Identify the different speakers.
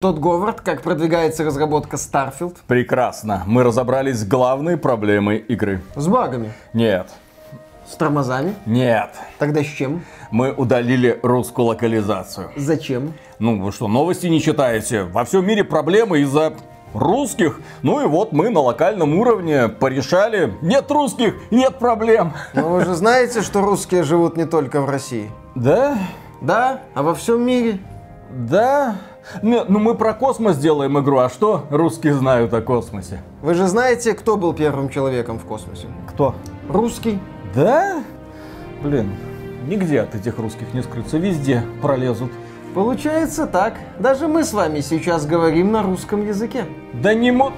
Speaker 1: Тот Говард, как продвигается разработка Starfield?
Speaker 2: Прекрасно. Мы разобрались с главной проблемой игры.
Speaker 1: С багами.
Speaker 2: Нет.
Speaker 1: С тормозами.
Speaker 2: Нет.
Speaker 1: Тогда с чем?
Speaker 2: Мы удалили русскую локализацию.
Speaker 1: Зачем?
Speaker 2: Ну, вы что, новости не читаете? Во всем мире проблемы из-за русских. Ну и вот мы на локальном уровне порешали. Нет русских, нет проблем.
Speaker 1: Но вы же знаете, что русские живут не только в России.
Speaker 2: Да?
Speaker 1: Да, а во всем мире.
Speaker 2: Да? Не, ну мы про космос делаем игру, а что русские знают о космосе?
Speaker 1: Вы же знаете, кто был первым человеком в космосе?
Speaker 2: Кто?
Speaker 1: Русский.
Speaker 2: Да? Блин, нигде от этих русских не скрыться, везде пролезут.
Speaker 1: Получается так. Даже мы с вами сейчас говорим на русском языке.
Speaker 2: ну, Да не мо...